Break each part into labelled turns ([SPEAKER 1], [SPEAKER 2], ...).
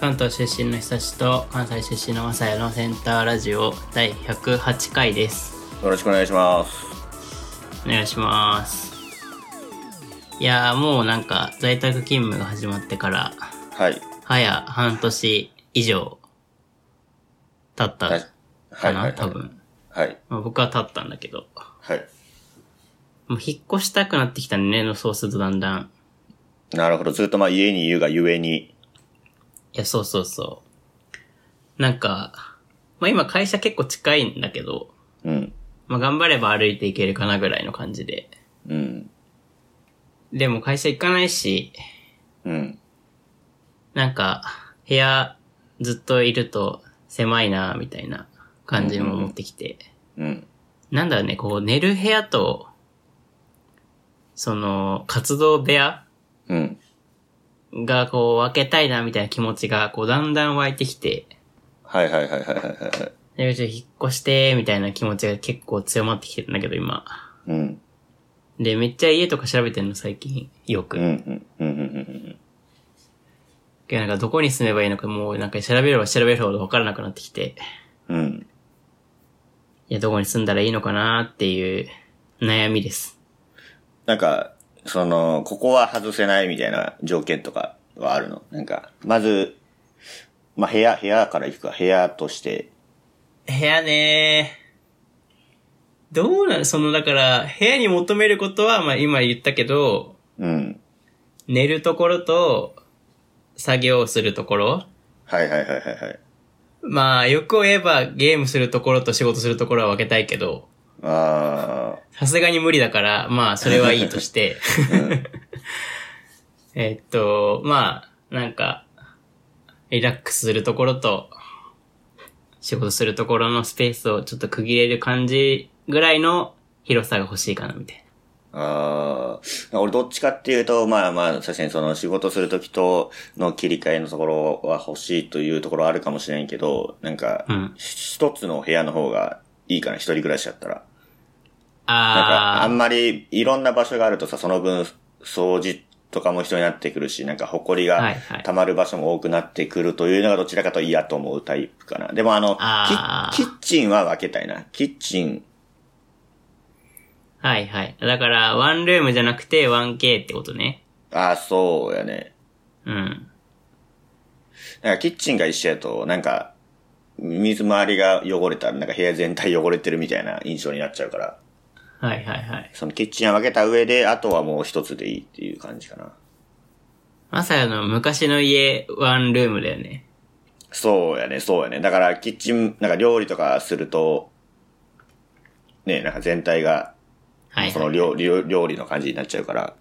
[SPEAKER 1] 関東出身の久しと関西出身のまさやのセンターラジオ第108回です
[SPEAKER 2] よろしくお願いします。
[SPEAKER 1] お願いしますいやーもうなんか在宅勤務が始まってから
[SPEAKER 2] はい。
[SPEAKER 1] はや半年以上経った
[SPEAKER 2] はい。は
[SPEAKER 1] か
[SPEAKER 2] い。
[SPEAKER 1] な、
[SPEAKER 2] はい。
[SPEAKER 1] 多分、
[SPEAKER 2] はい。
[SPEAKER 1] まあ、僕は経ったんだけど
[SPEAKER 2] はい。
[SPEAKER 1] もう引っ越したくなってきたねのそうするとだんだん
[SPEAKER 2] なるほど。ずっとまあ家にいるがゆえに。
[SPEAKER 1] いやそうそうそうなんかまあ今会社結構近いんだけど
[SPEAKER 2] うん。
[SPEAKER 1] まあ、頑張れば歩いていけるかなぐらいの感じで。
[SPEAKER 2] うん。
[SPEAKER 1] でも会社行かないし、
[SPEAKER 2] うん。
[SPEAKER 1] なんか、部屋ずっといると狭いな、みたいな感じも持ってきて。
[SPEAKER 2] うん。
[SPEAKER 1] なんだろうね、こう、寝る部屋と、その、活動部屋
[SPEAKER 2] うん。
[SPEAKER 1] がこう、分けたいな、みたいな気持ちが、こう、だんだん湧いてきて、
[SPEAKER 2] はいはいはいはいはいはい。
[SPEAKER 1] でちょっと引っ越して、みたいな気持ちが結構強まってきてるんだけど、今。
[SPEAKER 2] うん。
[SPEAKER 1] で、めっちゃ家とか調べてんの、最近。よく。
[SPEAKER 2] うん。うん。うん。うん。う
[SPEAKER 1] い
[SPEAKER 2] ん。
[SPEAKER 1] やなんかどこに住めばいいのかもうなんか調べれば調べるほど分からなくなってきて、
[SPEAKER 2] うん。
[SPEAKER 1] いや、どこに住んだらいいのかなっていう悩みです。
[SPEAKER 2] なんか、その、ここは外せないみたいな条件とかはあるのなんか、まず、まあ部屋、部屋から行くか、部屋として。
[SPEAKER 1] 部屋ねどうなのその、だから、部屋に求めることは、まあ今言ったけど、
[SPEAKER 2] うん。
[SPEAKER 1] 寝るところと、作業するところ。
[SPEAKER 2] はいはいはいはいはい。
[SPEAKER 1] まあ、よく言えばゲームするところと仕事するところは分けたいけど、
[SPEAKER 2] あ
[SPEAKER 1] さすがに無理だから、まあ、それはいいとして。 えっと、まあ、なんか、リラックスするところと、仕事するところのスペースをちょっと区切れる感じぐらいの広さが欲しいかな、みたい
[SPEAKER 2] ああ、俺どっちかっていうと、まあまあ、確かにその仕事するときとの切り替えのところは欲しいというところはあるかもしれんけど、なんか
[SPEAKER 1] な。う、ん。
[SPEAKER 2] 一つの部屋の方がいいかな、一人暮らしだったら。なんか、あ
[SPEAKER 1] あ
[SPEAKER 2] んまりいろんな場所があるとさ、その分掃除とかも必要になってくるし、なんか埃
[SPEAKER 1] は
[SPEAKER 2] が
[SPEAKER 1] いはい
[SPEAKER 2] 溜まる場所も多くなってくるというのがどちらかと嫌と思うタイプかな。でもあの、
[SPEAKER 1] あー
[SPEAKER 2] キキッチンは分けたいな。キッチン、
[SPEAKER 1] ー、はいはい。だから、ワンルームじゃなくて 1K ってことね。
[SPEAKER 2] ああ、そうやね。
[SPEAKER 1] うん。
[SPEAKER 2] なんかキッチンが一緒やと、なんか、水回りが汚れたら、なんか部屋全体汚れてるみたいな印象になっちゃうから、
[SPEAKER 1] はいはいはい。
[SPEAKER 2] そのキッチンは分けた上で、あとはもう一つでいいっていう感じかな。
[SPEAKER 1] まさやの昔の家、ワンルームだよね。
[SPEAKER 2] そうやね、そうやね。だからキッチン、なんか料理とかすると、ね、なんか全体が、
[SPEAKER 1] はい、はい。
[SPEAKER 2] その料,、料料理の感じになっちゃうから、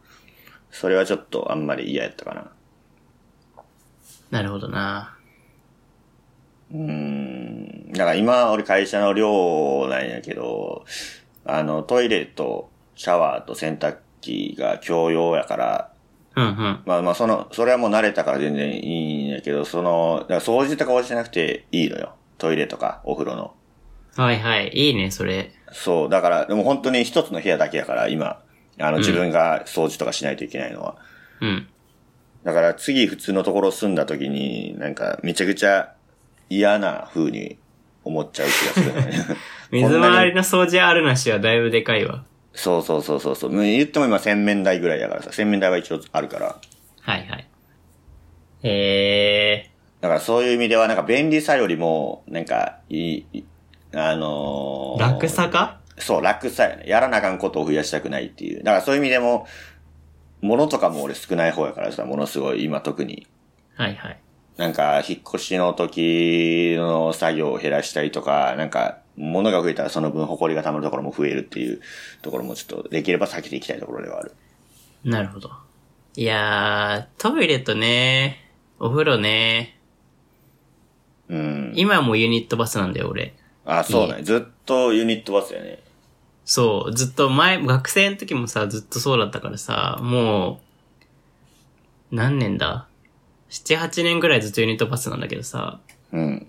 [SPEAKER 2] それはちょっとあんまり嫌やったかな。
[SPEAKER 1] なるほどな。
[SPEAKER 2] うーん。だから今、俺会社の寮なんやけど、あの、トイレとシャワーと洗濯機が共用やから、
[SPEAKER 1] うんうん。
[SPEAKER 2] まあまあ、その、それはもう慣れたから全然いいんやけど、その、だから掃除とかをしなくていいのよ。トイレとかお風呂の。
[SPEAKER 1] はいはい。いいね、それ。
[SPEAKER 2] そう、だから、でも本当に一つの部屋だけやから、今、あの、自分が掃除とかしないといけないのは。
[SPEAKER 1] うん。
[SPEAKER 2] だから次普通のところ住んだ時に、なんかめちゃくちゃ嫌な風に思っちゃう気がするね。
[SPEAKER 1] 水
[SPEAKER 2] こんな
[SPEAKER 1] 回
[SPEAKER 2] に
[SPEAKER 1] りの掃除あるなしはだいぶでかいわ。
[SPEAKER 2] そうそうそうそうそう。もう言っても今洗面台ぐらいだからさ、洗面台は一応あるから。
[SPEAKER 1] はいはい。え
[SPEAKER 2] だからそういう意味ではなんか便利さよりも、なんかいい、いあの
[SPEAKER 1] ー、
[SPEAKER 2] ー、
[SPEAKER 1] 楽さか
[SPEAKER 2] そう、楽さやね。やらなあかんことを増やしたくないっていう。だからそういう意味でも、物とかも俺少ない方やからさ、ものすごい今特に。
[SPEAKER 1] はいはい。
[SPEAKER 2] なんか、引っ越しの時の作業を減らしたりとか、なんか、物が増えたらその分埃が溜まるところも増えるっていうところもちょっと、できれば避けていきたいところではある。
[SPEAKER 1] なるほど。いやー、トイレとね、お風呂ね、
[SPEAKER 2] うん。
[SPEAKER 1] 今もユニットバスなんだよ、俺。
[SPEAKER 2] あ、そうね。ずっとユニットバスやね。
[SPEAKER 1] そう、ずっと前、学生の時もさ、ずっとそうだったからさ、もう、何年だ ?7、8年ぐらいずっとユニットバスなんだけどさ、
[SPEAKER 2] うん。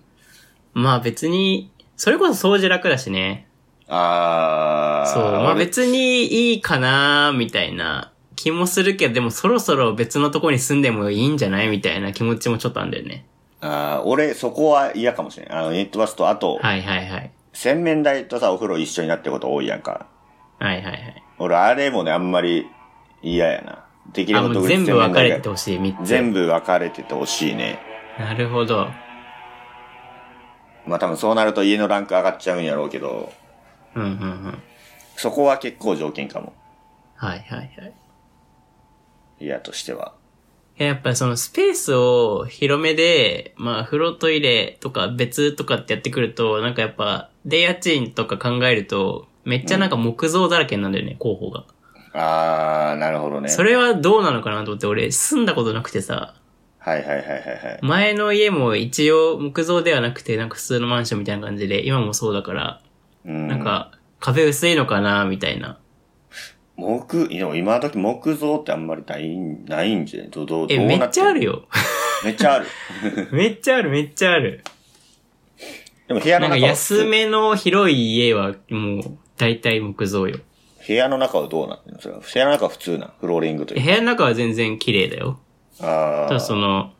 [SPEAKER 1] まあ別に、それこそ掃除楽だしね。
[SPEAKER 2] あー。
[SPEAKER 1] そう、まあ
[SPEAKER 2] 俺
[SPEAKER 1] 別にいいかなーみたいな気もするけど、でもそろそろ別のとこに住んでもいいんじゃないみたいな気持ちもちょっとあんだよね。
[SPEAKER 2] あー俺、そこは嫌かもしれん。あの、ユニットバスと、あと、
[SPEAKER 1] はいはいはい。
[SPEAKER 2] 洗面台とさ、お風呂一緒になってること多いやんか。
[SPEAKER 1] はいはいはい。
[SPEAKER 2] 俺、あれもね、あんまり嫌やな。できれ
[SPEAKER 1] あ、
[SPEAKER 2] ば
[SPEAKER 1] も
[SPEAKER 2] 独
[SPEAKER 1] う
[SPEAKER 2] 立
[SPEAKER 1] 全部分かれて
[SPEAKER 2] て
[SPEAKER 1] てほしい、3つ。
[SPEAKER 2] 全部分かれててほしいね。
[SPEAKER 1] なるほど。
[SPEAKER 2] まあ多分そうなると家のランク上がっちゃうんやろうけど、
[SPEAKER 1] うんうんうん。
[SPEAKER 2] そこは結構条件かも。
[SPEAKER 1] はいはいはい。
[SPEAKER 2] 嫌としては。
[SPEAKER 1] いややっぱそのスペースを広めで、まあ風呂トイレとか別とかってやってくると、なんかやっぱ、で家賃とか考えると、めっちゃなんか木造だらけなんだよね、候補が。
[SPEAKER 2] あー、なるほどね。
[SPEAKER 1] それはどうなのかなと思って、俺住んだことなくてさ、
[SPEAKER 2] はいはいはいはいはい。
[SPEAKER 1] 前の家も一応木造ではなくて、なんか普通のマンションみたいな感じで、今もそうだから、
[SPEAKER 2] うん。
[SPEAKER 1] なんか壁薄いのかな、みたいな。
[SPEAKER 2] 木、でも今時木造ってあんまりないん、ないんじゃないどどう、ど
[SPEAKER 1] え、
[SPEAKER 2] う
[SPEAKER 1] め
[SPEAKER 2] な
[SPEAKER 1] っ
[SPEAKER 2] っ
[SPEAKER 1] ち
[SPEAKER 2] て
[SPEAKER 1] ゃある
[SPEAKER 2] よ。
[SPEAKER 1] よ。
[SPEAKER 2] めっちゃある。
[SPEAKER 1] めっちゃある、めっちゃある。
[SPEAKER 2] でも部屋
[SPEAKER 1] な
[SPEAKER 2] の
[SPEAKER 1] んか
[SPEAKER 2] 中は
[SPEAKER 1] 安めの広い家はもう大体木造よ。
[SPEAKER 2] 部屋の中はどうなってるのそれは部屋の中は普通な。フローリングと
[SPEAKER 1] 部
[SPEAKER 2] いう
[SPEAKER 1] 屋の中は全然綺麗だよ。
[SPEAKER 2] か。あ
[SPEAKER 1] ただそ
[SPEAKER 2] ー。
[SPEAKER 1] の、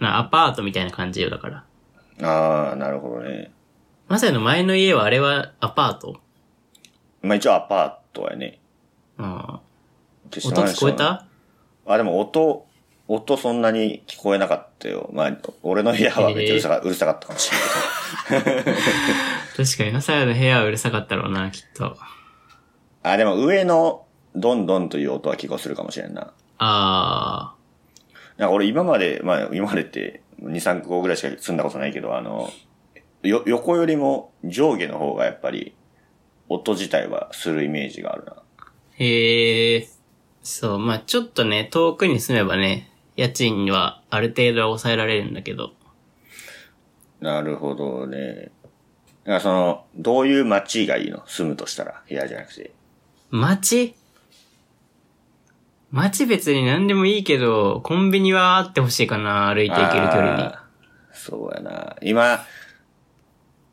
[SPEAKER 1] なアパートみたいな感じよ、だから。
[SPEAKER 2] あー、なるほどね。
[SPEAKER 1] まさやの前の家はあれはアパート
[SPEAKER 2] まあ一応アパートやね。
[SPEAKER 1] あ
[SPEAKER 2] 決して
[SPEAKER 1] 音
[SPEAKER 2] マンシ
[SPEAKER 1] 聞
[SPEAKER 2] ョ
[SPEAKER 1] こ
[SPEAKER 2] ン
[SPEAKER 1] えた
[SPEAKER 2] あ、でも音、音そんなに聞こえなかったよ。まあ、俺の部屋はめっちゃうるさか,、うるさかったかもしれないけど。
[SPEAKER 1] 確かにまさやの部屋はうるさかったろうな、きっと。
[SPEAKER 2] あ、でも上のドンドンという音は結構するかもしれんな。
[SPEAKER 1] あ
[SPEAKER 2] なんか俺今まで、まあ今までって2、3個ぐらいしか住んだことないけど、あの、よ、横よりも上下の方がやっぱり音自体はするイメージがあるな。
[SPEAKER 1] ー。へえ。そう、まあちょっとね、遠くに住めばね、家賃はある程度は抑えられるんだけど。
[SPEAKER 2] なるほどね。だからその、どういう街がいいの住むとしたら、部屋じゃなくて。
[SPEAKER 1] 街街別に何でもいいけど、コンビニはあってほしいかな、歩いて行ける距離に。
[SPEAKER 2] あーそうやな。今、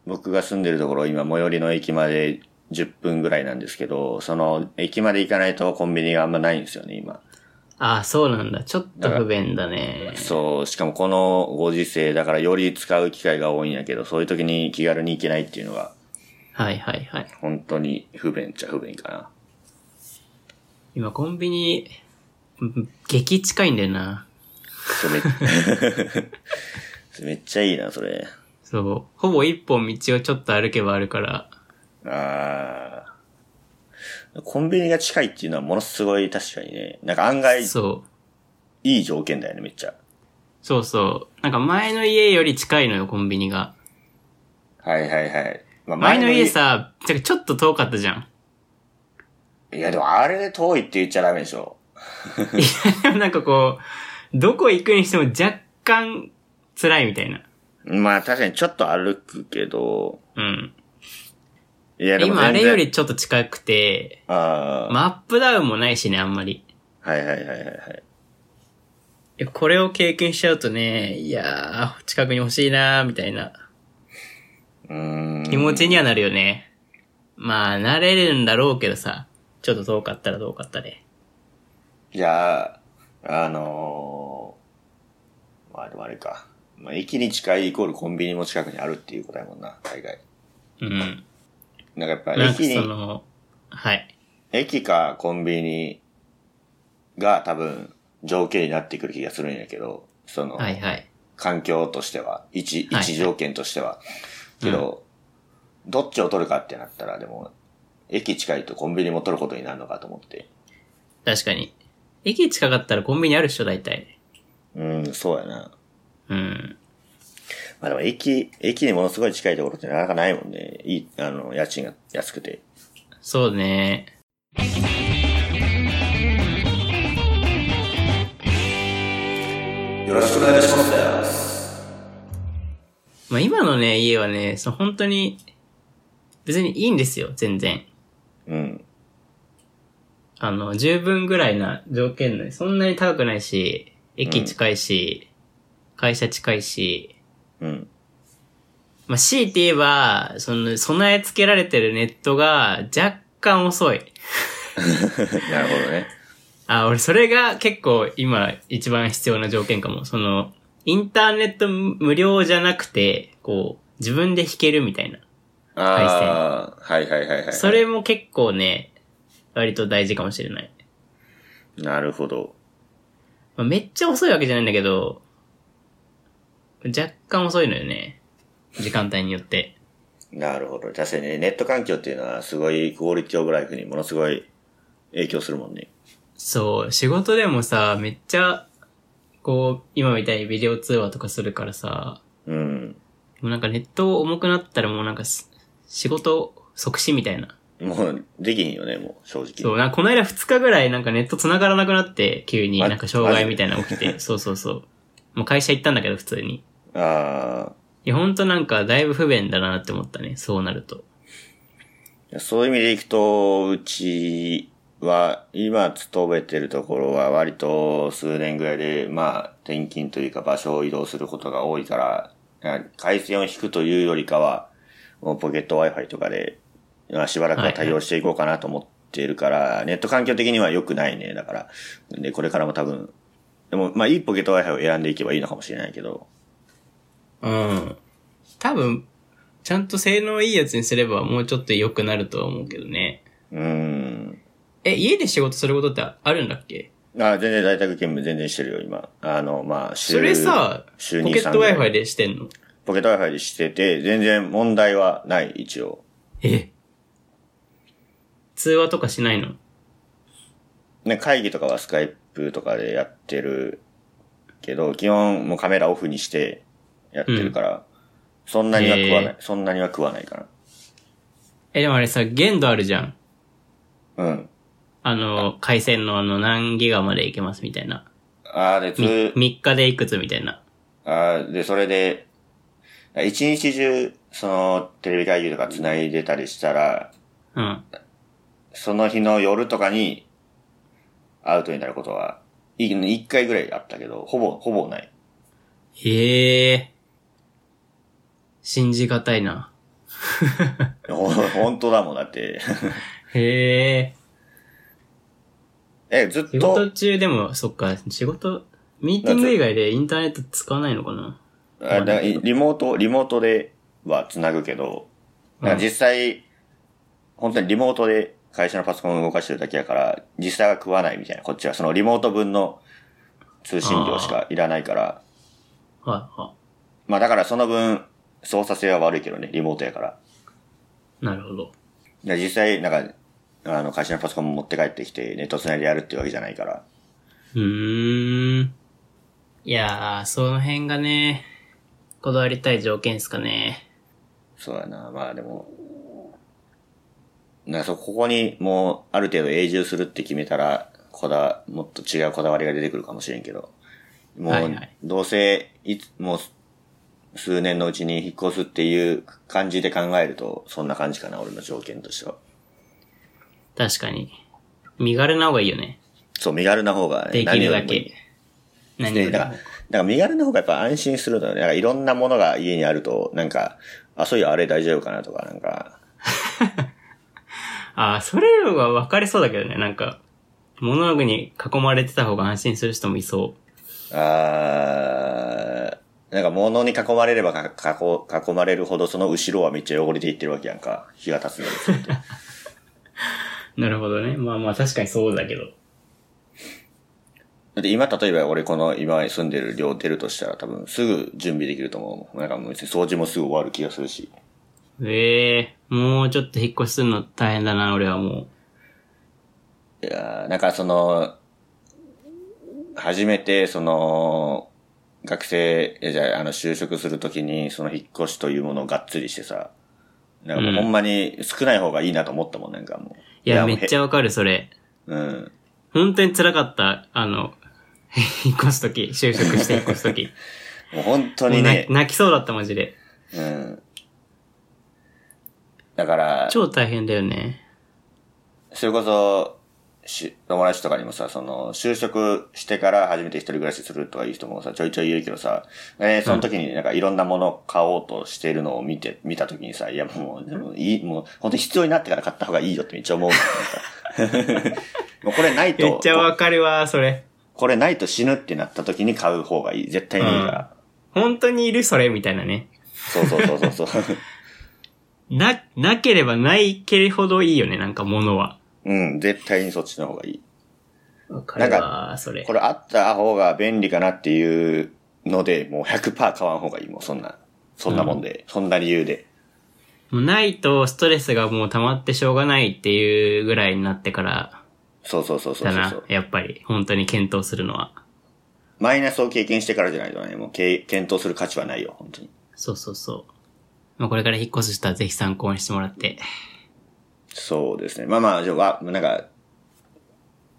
[SPEAKER 2] 僕が住んでるところ、今、最寄りの駅まで10分ぐらいなんですけど、その、駅まで行かないとコンビニがあんまないんですよね、今。
[SPEAKER 1] ああ、そうなんだ。ちょっと不便だね。
[SPEAKER 2] そう、しかもこのご時世だからより使う機会が多いんやけど、そういう時に気軽に行けないっていうのが、
[SPEAKER 1] はいはいはい。
[SPEAKER 2] 本当に不便っちゃ不便かな。
[SPEAKER 1] 今コンビニ、うん激近いんだよな。
[SPEAKER 2] それめ それめっちゃいいな、それ。
[SPEAKER 1] そう。ほぼ一本道をちょっと歩けばあるから。
[SPEAKER 2] あーコンビニが近いっていうのはものすごい確かにね、なんか案外い
[SPEAKER 1] そう。
[SPEAKER 2] い条件だよね、めっちゃ。
[SPEAKER 1] そうそう。なんか前の家より近いのよ、コンビニが。
[SPEAKER 2] はいはいはい。まあ
[SPEAKER 1] 前の家。さ、てかちょっと遠かったじゃん。
[SPEAKER 2] いやでもあれで遠いって言っちゃダメでしょ。
[SPEAKER 1] でもなん かこう、どこ行くにしても若干辛いみたいな。
[SPEAKER 2] まあ確かにちょっと歩くけど、
[SPEAKER 1] うん。
[SPEAKER 2] いやでも
[SPEAKER 1] 今あ
[SPEAKER 2] 全
[SPEAKER 1] れ
[SPEAKER 2] 然
[SPEAKER 1] よ。りちょっと近くて、
[SPEAKER 2] ああ、
[SPEAKER 1] マップダウンもないしね、あんまり。
[SPEAKER 2] はいはいはいはいはい。
[SPEAKER 1] いやこれを経験しちゃうとね、いやー、近くに欲しいなー、みたいな
[SPEAKER 2] うーん。
[SPEAKER 1] 気持ちにはなるよね。まあ、慣れるんだろうけどさ、ちょっと遠かったら遠かったで。
[SPEAKER 2] いやあのー、まあでもあれか。まあ駅に近いイコールコンビニも近くにあるっていうことやもんな、大概。
[SPEAKER 1] うん。
[SPEAKER 2] なんかやっぱ
[SPEAKER 1] なんか
[SPEAKER 2] 駅
[SPEAKER 1] そ
[SPEAKER 2] に、
[SPEAKER 1] の、はい。
[SPEAKER 2] 駅かコンビニが多分条件になってくる気がするんやけど、その、
[SPEAKER 1] はいはい。
[SPEAKER 2] 環境としては、一、
[SPEAKER 1] はい
[SPEAKER 2] 一条件としては。けど、どっちを取るかってなったら、でも、駅近いとコンビニも取ることになるのかと思って。
[SPEAKER 1] 確かに。駅近かったらコンビニあるっしょ、大体。
[SPEAKER 2] うん、そうやな。
[SPEAKER 1] うん。
[SPEAKER 2] まあでも駅、駅にものすごい近いところってなかなかないもんね。いい、あの、家賃が安くて。
[SPEAKER 1] そうね。
[SPEAKER 2] よろしくお願いします。
[SPEAKER 1] まあ今のね、家はね、その本当に、別にいいんですよ、全然。
[SPEAKER 2] うん。
[SPEAKER 1] あの、十分ぐらいな条件の、そんなに高くないし、駅近いし、会社近いし、
[SPEAKER 2] うん。
[SPEAKER 1] まあ、強いて言えば、その、備え付けられてるネットが若干遅い。
[SPEAKER 2] なるほどね。
[SPEAKER 1] あ、俺それが結構今一番必要な条件かも。その、インターネット無料じゃなくて、こう、自分で弾けるみたいな。
[SPEAKER 2] ああ、はいはいはいはい。
[SPEAKER 1] それも結構ね、割と大事かもしれない。
[SPEAKER 2] なるほど。
[SPEAKER 1] まあめっちゃ遅いわけじゃないんだけど、若干遅いのよね。時間帯によって。
[SPEAKER 2] なるほど。確かにね、ネット環境っていうのはすごいクオリティオブライフにものすごい影響するもんね。
[SPEAKER 1] そう、仕事でもさ、めっちゃ、こう、今みたいにビデオ通話とかするからさ、
[SPEAKER 2] うん。
[SPEAKER 1] もうなんかネット重くなったらもうなんかす仕事即死みたいな。
[SPEAKER 2] もう、できひんよね、もう、正直。
[SPEAKER 1] そう、なんかこの間2日ぐらいなんかネット繋がらなくなって、急に
[SPEAKER 2] あ
[SPEAKER 1] なんか障害みたいなの起きて、そうそうそう。もう会社行ったんだけど普通に。
[SPEAKER 2] あ
[SPEAKER 1] いや、ほんとなんかだいぶ不便だなって思ったね、そうなると。
[SPEAKER 2] あ、そういう意味でいくと、うちは、今勤めてるところは割と数年ぐらいで、まあ、転勤というか場所を移動することが多いから、やはり回線を引くというよりかは、もうポケット Wi-Fi とかで、まあ、しばらくは対応していこうかなと思っているから、ネット環境的には良くないね、だから。で、これからも多分、でも、まあ、いいポケット Wi-Fi を選んでいけばいいのかもしれないけど、
[SPEAKER 1] うん。多分、ちゃんと性能いいやつにすればもうちょっと良くなるとは思うけどね。
[SPEAKER 2] うーん。
[SPEAKER 1] え、家で仕事することってあるんだっけ
[SPEAKER 2] あ、全然在宅勤務全然してるよ、今。あの、まあ、週
[SPEAKER 1] それさ、
[SPEAKER 2] 週
[SPEAKER 1] ポ
[SPEAKER 2] に
[SPEAKER 1] ケッ
[SPEAKER 2] 3
[SPEAKER 1] ト
[SPEAKER 2] ぐらい
[SPEAKER 1] Wi-Fi でしてんの
[SPEAKER 2] ポケット Wi-Fi でしてて、全然問題はない、一応。
[SPEAKER 1] え通話とかしないの
[SPEAKER 2] ね、会議とかはスカイプとかでやってるけど、基本もうカメラオフにしてやってるから、そんなには食わない、そんなには食わないか
[SPEAKER 1] え、でもあれさ、限度あるじゃん。
[SPEAKER 2] な。うん。
[SPEAKER 1] あの、回線のあの何ギガまでいけますみたいな。
[SPEAKER 2] あーで、
[SPEAKER 1] み3
[SPEAKER 2] つ、
[SPEAKER 1] 日でいくつみたいな。
[SPEAKER 2] あーで、それで、一日中、その、テレビ会議とか繋いでたりしたら、
[SPEAKER 1] うん。
[SPEAKER 2] その日の夜とかに、アウトになることは、い一回ぐらいあったけど、ほぼ、ほぼない。
[SPEAKER 1] へえ。信じがたいな。
[SPEAKER 2] ほ本当だもん、だって。
[SPEAKER 1] へえ。
[SPEAKER 2] え、ずっ
[SPEAKER 1] 仕
[SPEAKER 2] と
[SPEAKER 1] 事、中でも、そっか、仕事、ミーティング以外でインターネット使わないのかな
[SPEAKER 2] あだリモート、リモートでは繋ぐけど、だから実際、本当にリモートで会社のパソコンを動かしてるだけやから、実際は食わないみたいな、こっちはそのリモート分の通信量しかいらないから、
[SPEAKER 1] はいは
[SPEAKER 2] まあだからその分、操作性は悪いけどね、リモートやから。
[SPEAKER 1] い。なるほど。
[SPEAKER 2] で実際、なんか、あの、会社のパソコン持って帰ってきて、ネット繋いでやるっていうわけじゃないから。
[SPEAKER 1] うーん。いやー、その辺がね、こだわりたい条件っすかね。
[SPEAKER 2] そうやな、まあでも。なそう、ここにもう、ある程度永住するって決めたら、こだ、もっと違うこだわりが出てくるかもしれんけど。もう、
[SPEAKER 1] はいはい
[SPEAKER 2] どうせ、いつ、もう、数年のうちに引っ越すっていう感じで考えると、そんな感じかな、俺の条件としては。
[SPEAKER 1] 確かに。身軽な方がいいよね。
[SPEAKER 2] そう、身軽な方が、ね、
[SPEAKER 1] できるだ
[SPEAKER 2] 何よりもいい
[SPEAKER 1] け。何
[SPEAKER 2] ね、
[SPEAKER 1] よ
[SPEAKER 2] だ
[SPEAKER 1] り
[SPEAKER 2] から、だ
[SPEAKER 1] も
[SPEAKER 2] か。ら身軽な方がやっぱ安心するのよね。なんかいろんなものが家にあると、なんか、あ、そういや、あれ大丈夫かなとか、なんか、
[SPEAKER 1] ああ、それは分かれそうだけどね。なんか、物の具に囲まれてた方が安心する人もいそ
[SPEAKER 2] あーなんか物に囲まれればかかこ囲まれるほどその後ろはめっちゃ汚れていってるわけやんか。日が経つのにつれて。
[SPEAKER 1] う。なるほどね。まあまあ確かにそうだけど。
[SPEAKER 2] だって今例えば俺この今住んでる寮出るとしたら多分すぐ準備できると思うもん。なんかもう別に掃除もすぐ終わる気がするし。
[SPEAKER 1] ええもうちょっと引っ越しするの大変だな、俺はも
[SPEAKER 2] いやーなんかその、初めてその、学生、えじゃあ、あの、就職するときに、その引っ越しというものをがっつりしてさ、なんかもうほんまに少ない方がいいなと思ったもん、なんかもう。
[SPEAKER 1] う。いや、めっち
[SPEAKER 2] ゃ。
[SPEAKER 1] ゃわかる、それ。
[SPEAKER 2] うん。
[SPEAKER 1] 本当に辛かった。あの、 引っ越すとき、就職して引っ越すとき。
[SPEAKER 2] もう本当
[SPEAKER 1] もう
[SPEAKER 2] にね
[SPEAKER 1] 泣、泣きそうだった、マジで。
[SPEAKER 2] うん。だから、
[SPEAKER 1] 超大変だよね。
[SPEAKER 2] それこそ、し友達とかにもさ、その、就職してから初めて一人暮らしするとかいう人もさ、ちょいちょい言うけどさ、えーその時になんかいろんなものを買おうとしてるのを見て、見た時にさ、いやもう、でもいい、もう、本当に必要になってから買った方がいいよってめっちゃ 思うもん。もうこれな
[SPEAKER 1] め
[SPEAKER 2] い
[SPEAKER 1] っ
[SPEAKER 2] と
[SPEAKER 1] ち、ゃわかるわ、それ。
[SPEAKER 2] これないと死ぬってなった時に買う方がいい。絶対にいいから。
[SPEAKER 1] 本当にいるそれみたいなね。
[SPEAKER 2] そうそうそうそうそう。
[SPEAKER 1] な、なければないけれほどいいよね、なんか物は。
[SPEAKER 2] うん、絶対にそっちの方がいい。
[SPEAKER 1] わかるわ、それ
[SPEAKER 2] こ。れあった方が便利かなっていうので、もう100%買わん方がいい。もうそんな、そんなもんで、そんな理由で。
[SPEAKER 1] もうないとストレスがもう溜まってしょうがないっていうぐらいになってから
[SPEAKER 2] そうそうそうそ
[SPEAKER 1] だ
[SPEAKER 2] うそう
[SPEAKER 1] な。
[SPEAKER 2] そう。
[SPEAKER 1] やっぱり、本当に検討するのは。
[SPEAKER 2] マイナスを経験してからじゃないとね、もうけ検討する価値はないよ、本当に。
[SPEAKER 1] そうそうそう。まあ、これから引っ越す人はぜひ参考にしてもらって。
[SPEAKER 2] そうですね。まあまあ、じゃあわ、なんか、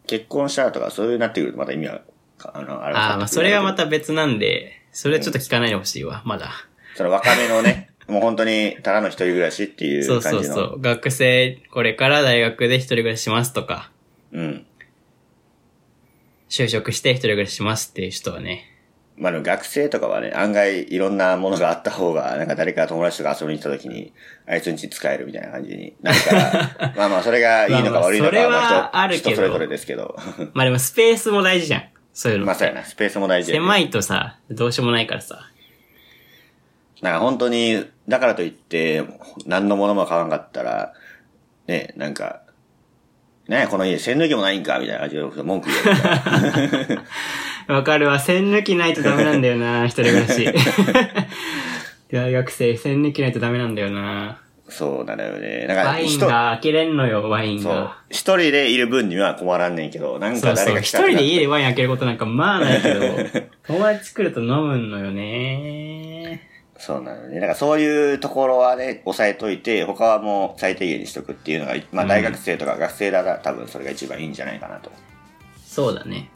[SPEAKER 2] 結婚したとかそういうなってくるとまた意味は、かあの、あれ
[SPEAKER 1] ああ、まあ、それはま
[SPEAKER 2] た。
[SPEAKER 1] た別なんで、それはちょっと聞かないでほしいわ、まだ。
[SPEAKER 2] その若めのね、もう本当にただの一人暮らしってい
[SPEAKER 1] そううそ
[SPEAKER 2] 感
[SPEAKER 1] う
[SPEAKER 2] じの。
[SPEAKER 1] そう。学生、これから大学で一人暮らししますとか、
[SPEAKER 2] うん。
[SPEAKER 1] 就職して一人暮らししますっていう人はね、
[SPEAKER 2] まあでも学生とかはね、案外いろんなものがあった方が、なんか誰か友達とか遊びに来た時に、あいつんち使えるみたいな感じにな るから、まあまあそれがいいのか悪いのか
[SPEAKER 1] まあまあ
[SPEAKER 2] ま
[SPEAKER 1] それはあ
[SPEAKER 2] あ
[SPEAKER 1] る
[SPEAKER 2] 人
[SPEAKER 1] けど
[SPEAKER 2] 人それぞれです けど、
[SPEAKER 1] まあでもスペースも大事じゃん。そういうの。
[SPEAKER 2] まあそうやな、スペースも大事で。
[SPEAKER 1] 狭いとさ、どうしようもないからさ。
[SPEAKER 2] なんか本当に、だからといって、何のものも買わんかったら、ね、なんか、ね、この家洗濯機もないんかみたいな感じで文句言うよ。
[SPEAKER 1] わかるわ。線抜きないとダメなんだよな、一人暮ら し。大学生、線抜きないとダメなんだよな。
[SPEAKER 2] そうなのよね。なんか
[SPEAKER 1] ワイ
[SPEAKER 2] 一
[SPEAKER 1] ン
[SPEAKER 2] 人、
[SPEAKER 1] が開けれんのよ、ワイン
[SPEAKER 2] そう
[SPEAKER 1] が。。
[SPEAKER 2] 一人でいる分には困らんねんけど、なん
[SPEAKER 1] そ
[SPEAKER 2] か
[SPEAKER 1] う そ
[SPEAKER 2] 誰
[SPEAKER 1] う。
[SPEAKER 2] か
[SPEAKER 1] 一
[SPEAKER 2] 来たら
[SPEAKER 1] 人で家でワイン開けることなんかまあないけど、友達来ると飲むのよね。
[SPEAKER 2] そうなのね。だからそういうところはね、抑えといて、他はもう最低限にしとくっていうのが、まあ大学生とか学生だら多分それが一番いいんじゃないかなと。
[SPEAKER 1] そうだね。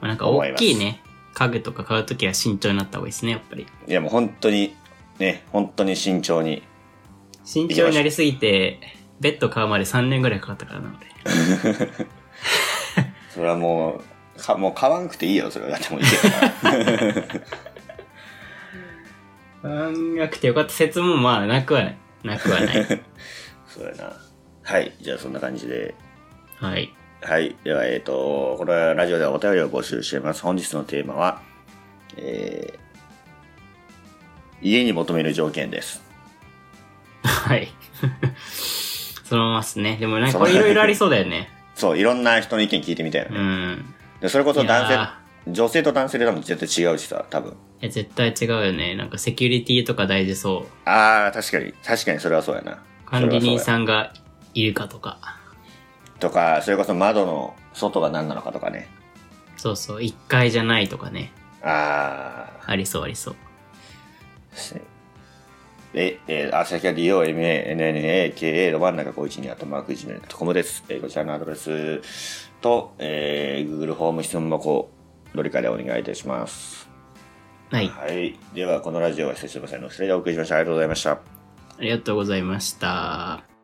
[SPEAKER 1] まあ、なんか
[SPEAKER 2] 思い
[SPEAKER 1] 大
[SPEAKER 2] ます
[SPEAKER 1] きいね、家具とか買うときは慎重になった方がいいですね、やっぱり。
[SPEAKER 2] いやもう本当に、ね、本当に慎重に。
[SPEAKER 1] 慎重になりすぎて、ベッド買うまで3年ぐらいかかったからなので。
[SPEAKER 2] それはもう、かもう買わんくていいよ、それは。だってもういいから。
[SPEAKER 1] うん、なくてよかった説もまあなくはない。なくは ない。
[SPEAKER 2] そうやな。はい。じゃあそんな感じで。
[SPEAKER 1] はい。
[SPEAKER 2] はい。では、えっ、と、これラジオではお便りを募集しています。本日のテーマは、えー、家に求める条件です。
[SPEAKER 1] はい。 そのままっすね。でもなんか
[SPEAKER 2] その
[SPEAKER 1] これいろいろありそうだよね。
[SPEAKER 2] そう、いろんな人の意見聞いてみたいよ
[SPEAKER 1] う
[SPEAKER 2] ね。
[SPEAKER 1] ん。
[SPEAKER 2] でそれこそ
[SPEAKER 1] い
[SPEAKER 2] 男
[SPEAKER 1] や
[SPEAKER 2] 性、女性と男性で多分絶対違うしさ、多分。
[SPEAKER 1] いや絶対違うよね。なんかセキュリティとか大事そ
[SPEAKER 2] ああ、確かに、確かにそれはそうやな。
[SPEAKER 1] う。管理人
[SPEAKER 2] ん。
[SPEAKER 1] さんがいるかとか。
[SPEAKER 2] とか、それこそ窓の外が何なのかとかね。
[SPEAKER 1] そうそう。1階じゃないとかね。
[SPEAKER 2] ああ、
[SPEAKER 1] ありそうありそう。
[SPEAKER 2] ですね。え、えー、あさきは DOMA、NNA、KA、ど真ん中51にあとマークいじめるとこもです。えーこちらのアドレスと、えー、Google ホーム質問箱、どれかでお願いいたします。
[SPEAKER 1] はい。
[SPEAKER 2] はい。では、このラジオは失礼しませんの、それでお送りしました。ありがとうございました。
[SPEAKER 1] ありがとうございました。